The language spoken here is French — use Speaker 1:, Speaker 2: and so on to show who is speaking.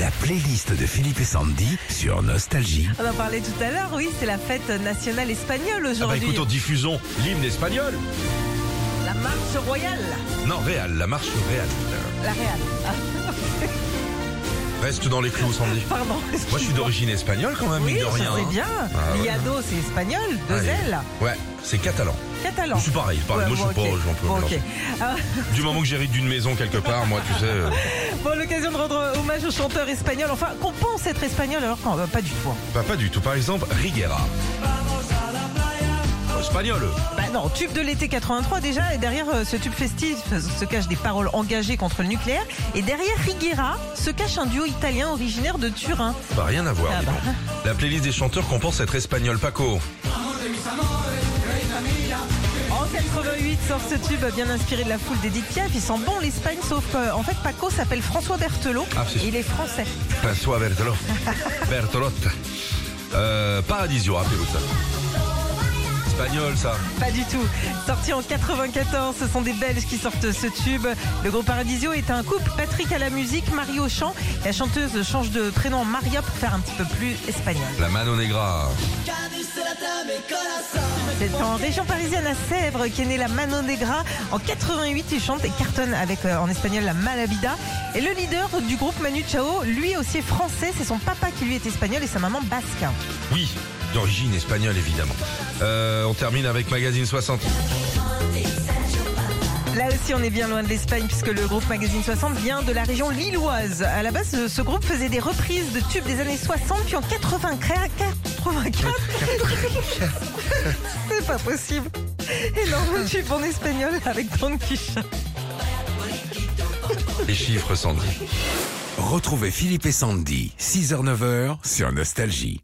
Speaker 1: La playlist de Philippe et Sandy sur Nostalgie.
Speaker 2: On en parlait tout à l'heure, oui, c'est la fête nationale
Speaker 3: Ah
Speaker 2: espagnole
Speaker 3: bah
Speaker 2: aujourd'hui.
Speaker 3: écoute, on diffusons l'hymne espagnol.
Speaker 2: la marche royale,
Speaker 3: Non, Real, la marche Real.
Speaker 2: la réal. Ah,
Speaker 3: Reste dans les clous, Sandy.
Speaker 2: pardon.
Speaker 3: Moi, je suis d'origine espagnole quand même,
Speaker 2: Oui,
Speaker 3: mine de
Speaker 2: je
Speaker 3: rien.
Speaker 2: sais
Speaker 3: hein.
Speaker 2: bien.
Speaker 3: Ah ouais.
Speaker 2: Liado, c'est espagnol.
Speaker 3: Ah,
Speaker 2: Deux
Speaker 3: et-
Speaker 2: L,
Speaker 3: Ouais, c'est catalan.
Speaker 2: catalan.
Speaker 3: C'est pareil, pareil.
Speaker 2: Ouais,
Speaker 3: moi, je suis
Speaker 2: bon,
Speaker 3: pas,
Speaker 2: ok.
Speaker 3: j'en peux
Speaker 2: Bon,
Speaker 3: mélanger.
Speaker 2: ok. Ah,
Speaker 3: Du moment que j'hérite d'une maison quelque part, moi, tu sais. euh,
Speaker 2: bon, l'occasion de rendre hommage au chanteur espagnol. Enfin, qu'on pense être espagnol alors qu'on pas du tout. hein.
Speaker 3: bah, pas du tout. Par exemple, Riguera. Espagnol.
Speaker 2: Bah non, tube de l'été 83 déjà, et derrière euh, ce tube festif euh, se cachent des paroles engagées contre le nucléaire, et derrière Riguera se cache un duo italien originaire de Turin.
Speaker 3: Bah, rien à voir,
Speaker 2: Ah
Speaker 3: dis
Speaker 2: bah.
Speaker 3: donc. La playlist des chanteurs qu'on pense être espagnol, Paco.
Speaker 2: En 88 sort ce tube bien inspiré de la foule d'Edith Piaf. Il sent bon l'Espagne, sauf que, en fait, Paco s'appelle François Berthelot.
Speaker 3: Ah, c'est-
Speaker 2: et il est français.
Speaker 3: François Bertolo. Bertolotte. Euh, Paradisio, rappelez-vous de ça. Espagnol, ça.
Speaker 2: Pas du tout. Sorti en 94, ce sont des Belges qui sortent ce tube. Le groupe Paradisio est un couple. Patrick à la musique, Marie au chant. La chanteuse change de prénom en Maria pour faire un petit peu plus espagnol.
Speaker 3: La mano negra.
Speaker 2: C'est en région parisienne à Sèvres qu'est née la Mano Negra. En 88, il chante et cartonne avec euh, en espagnol la Malavida. Et le leader du groupe Manu Chao, lui aussi est français. C'est son papa qui lui est espagnol et sa maman basque.
Speaker 3: Oui, d'origine espagnole évidemment. Euh, on termine avec Magazine 60.
Speaker 2: Là aussi, on est bien loin de l'Espagne puisque le groupe Magazine 60 vient de la région lilloise. À la base, ce groupe faisait des reprises de tubes des années 60 puis en 80, 84. C'est pas possible. Énorme tube en espagnol avec Don Quichotte.
Speaker 3: Les chiffres, Sandy.
Speaker 1: Retrouvez Philippe et Sandy, 6h-9h sur Nostalgie.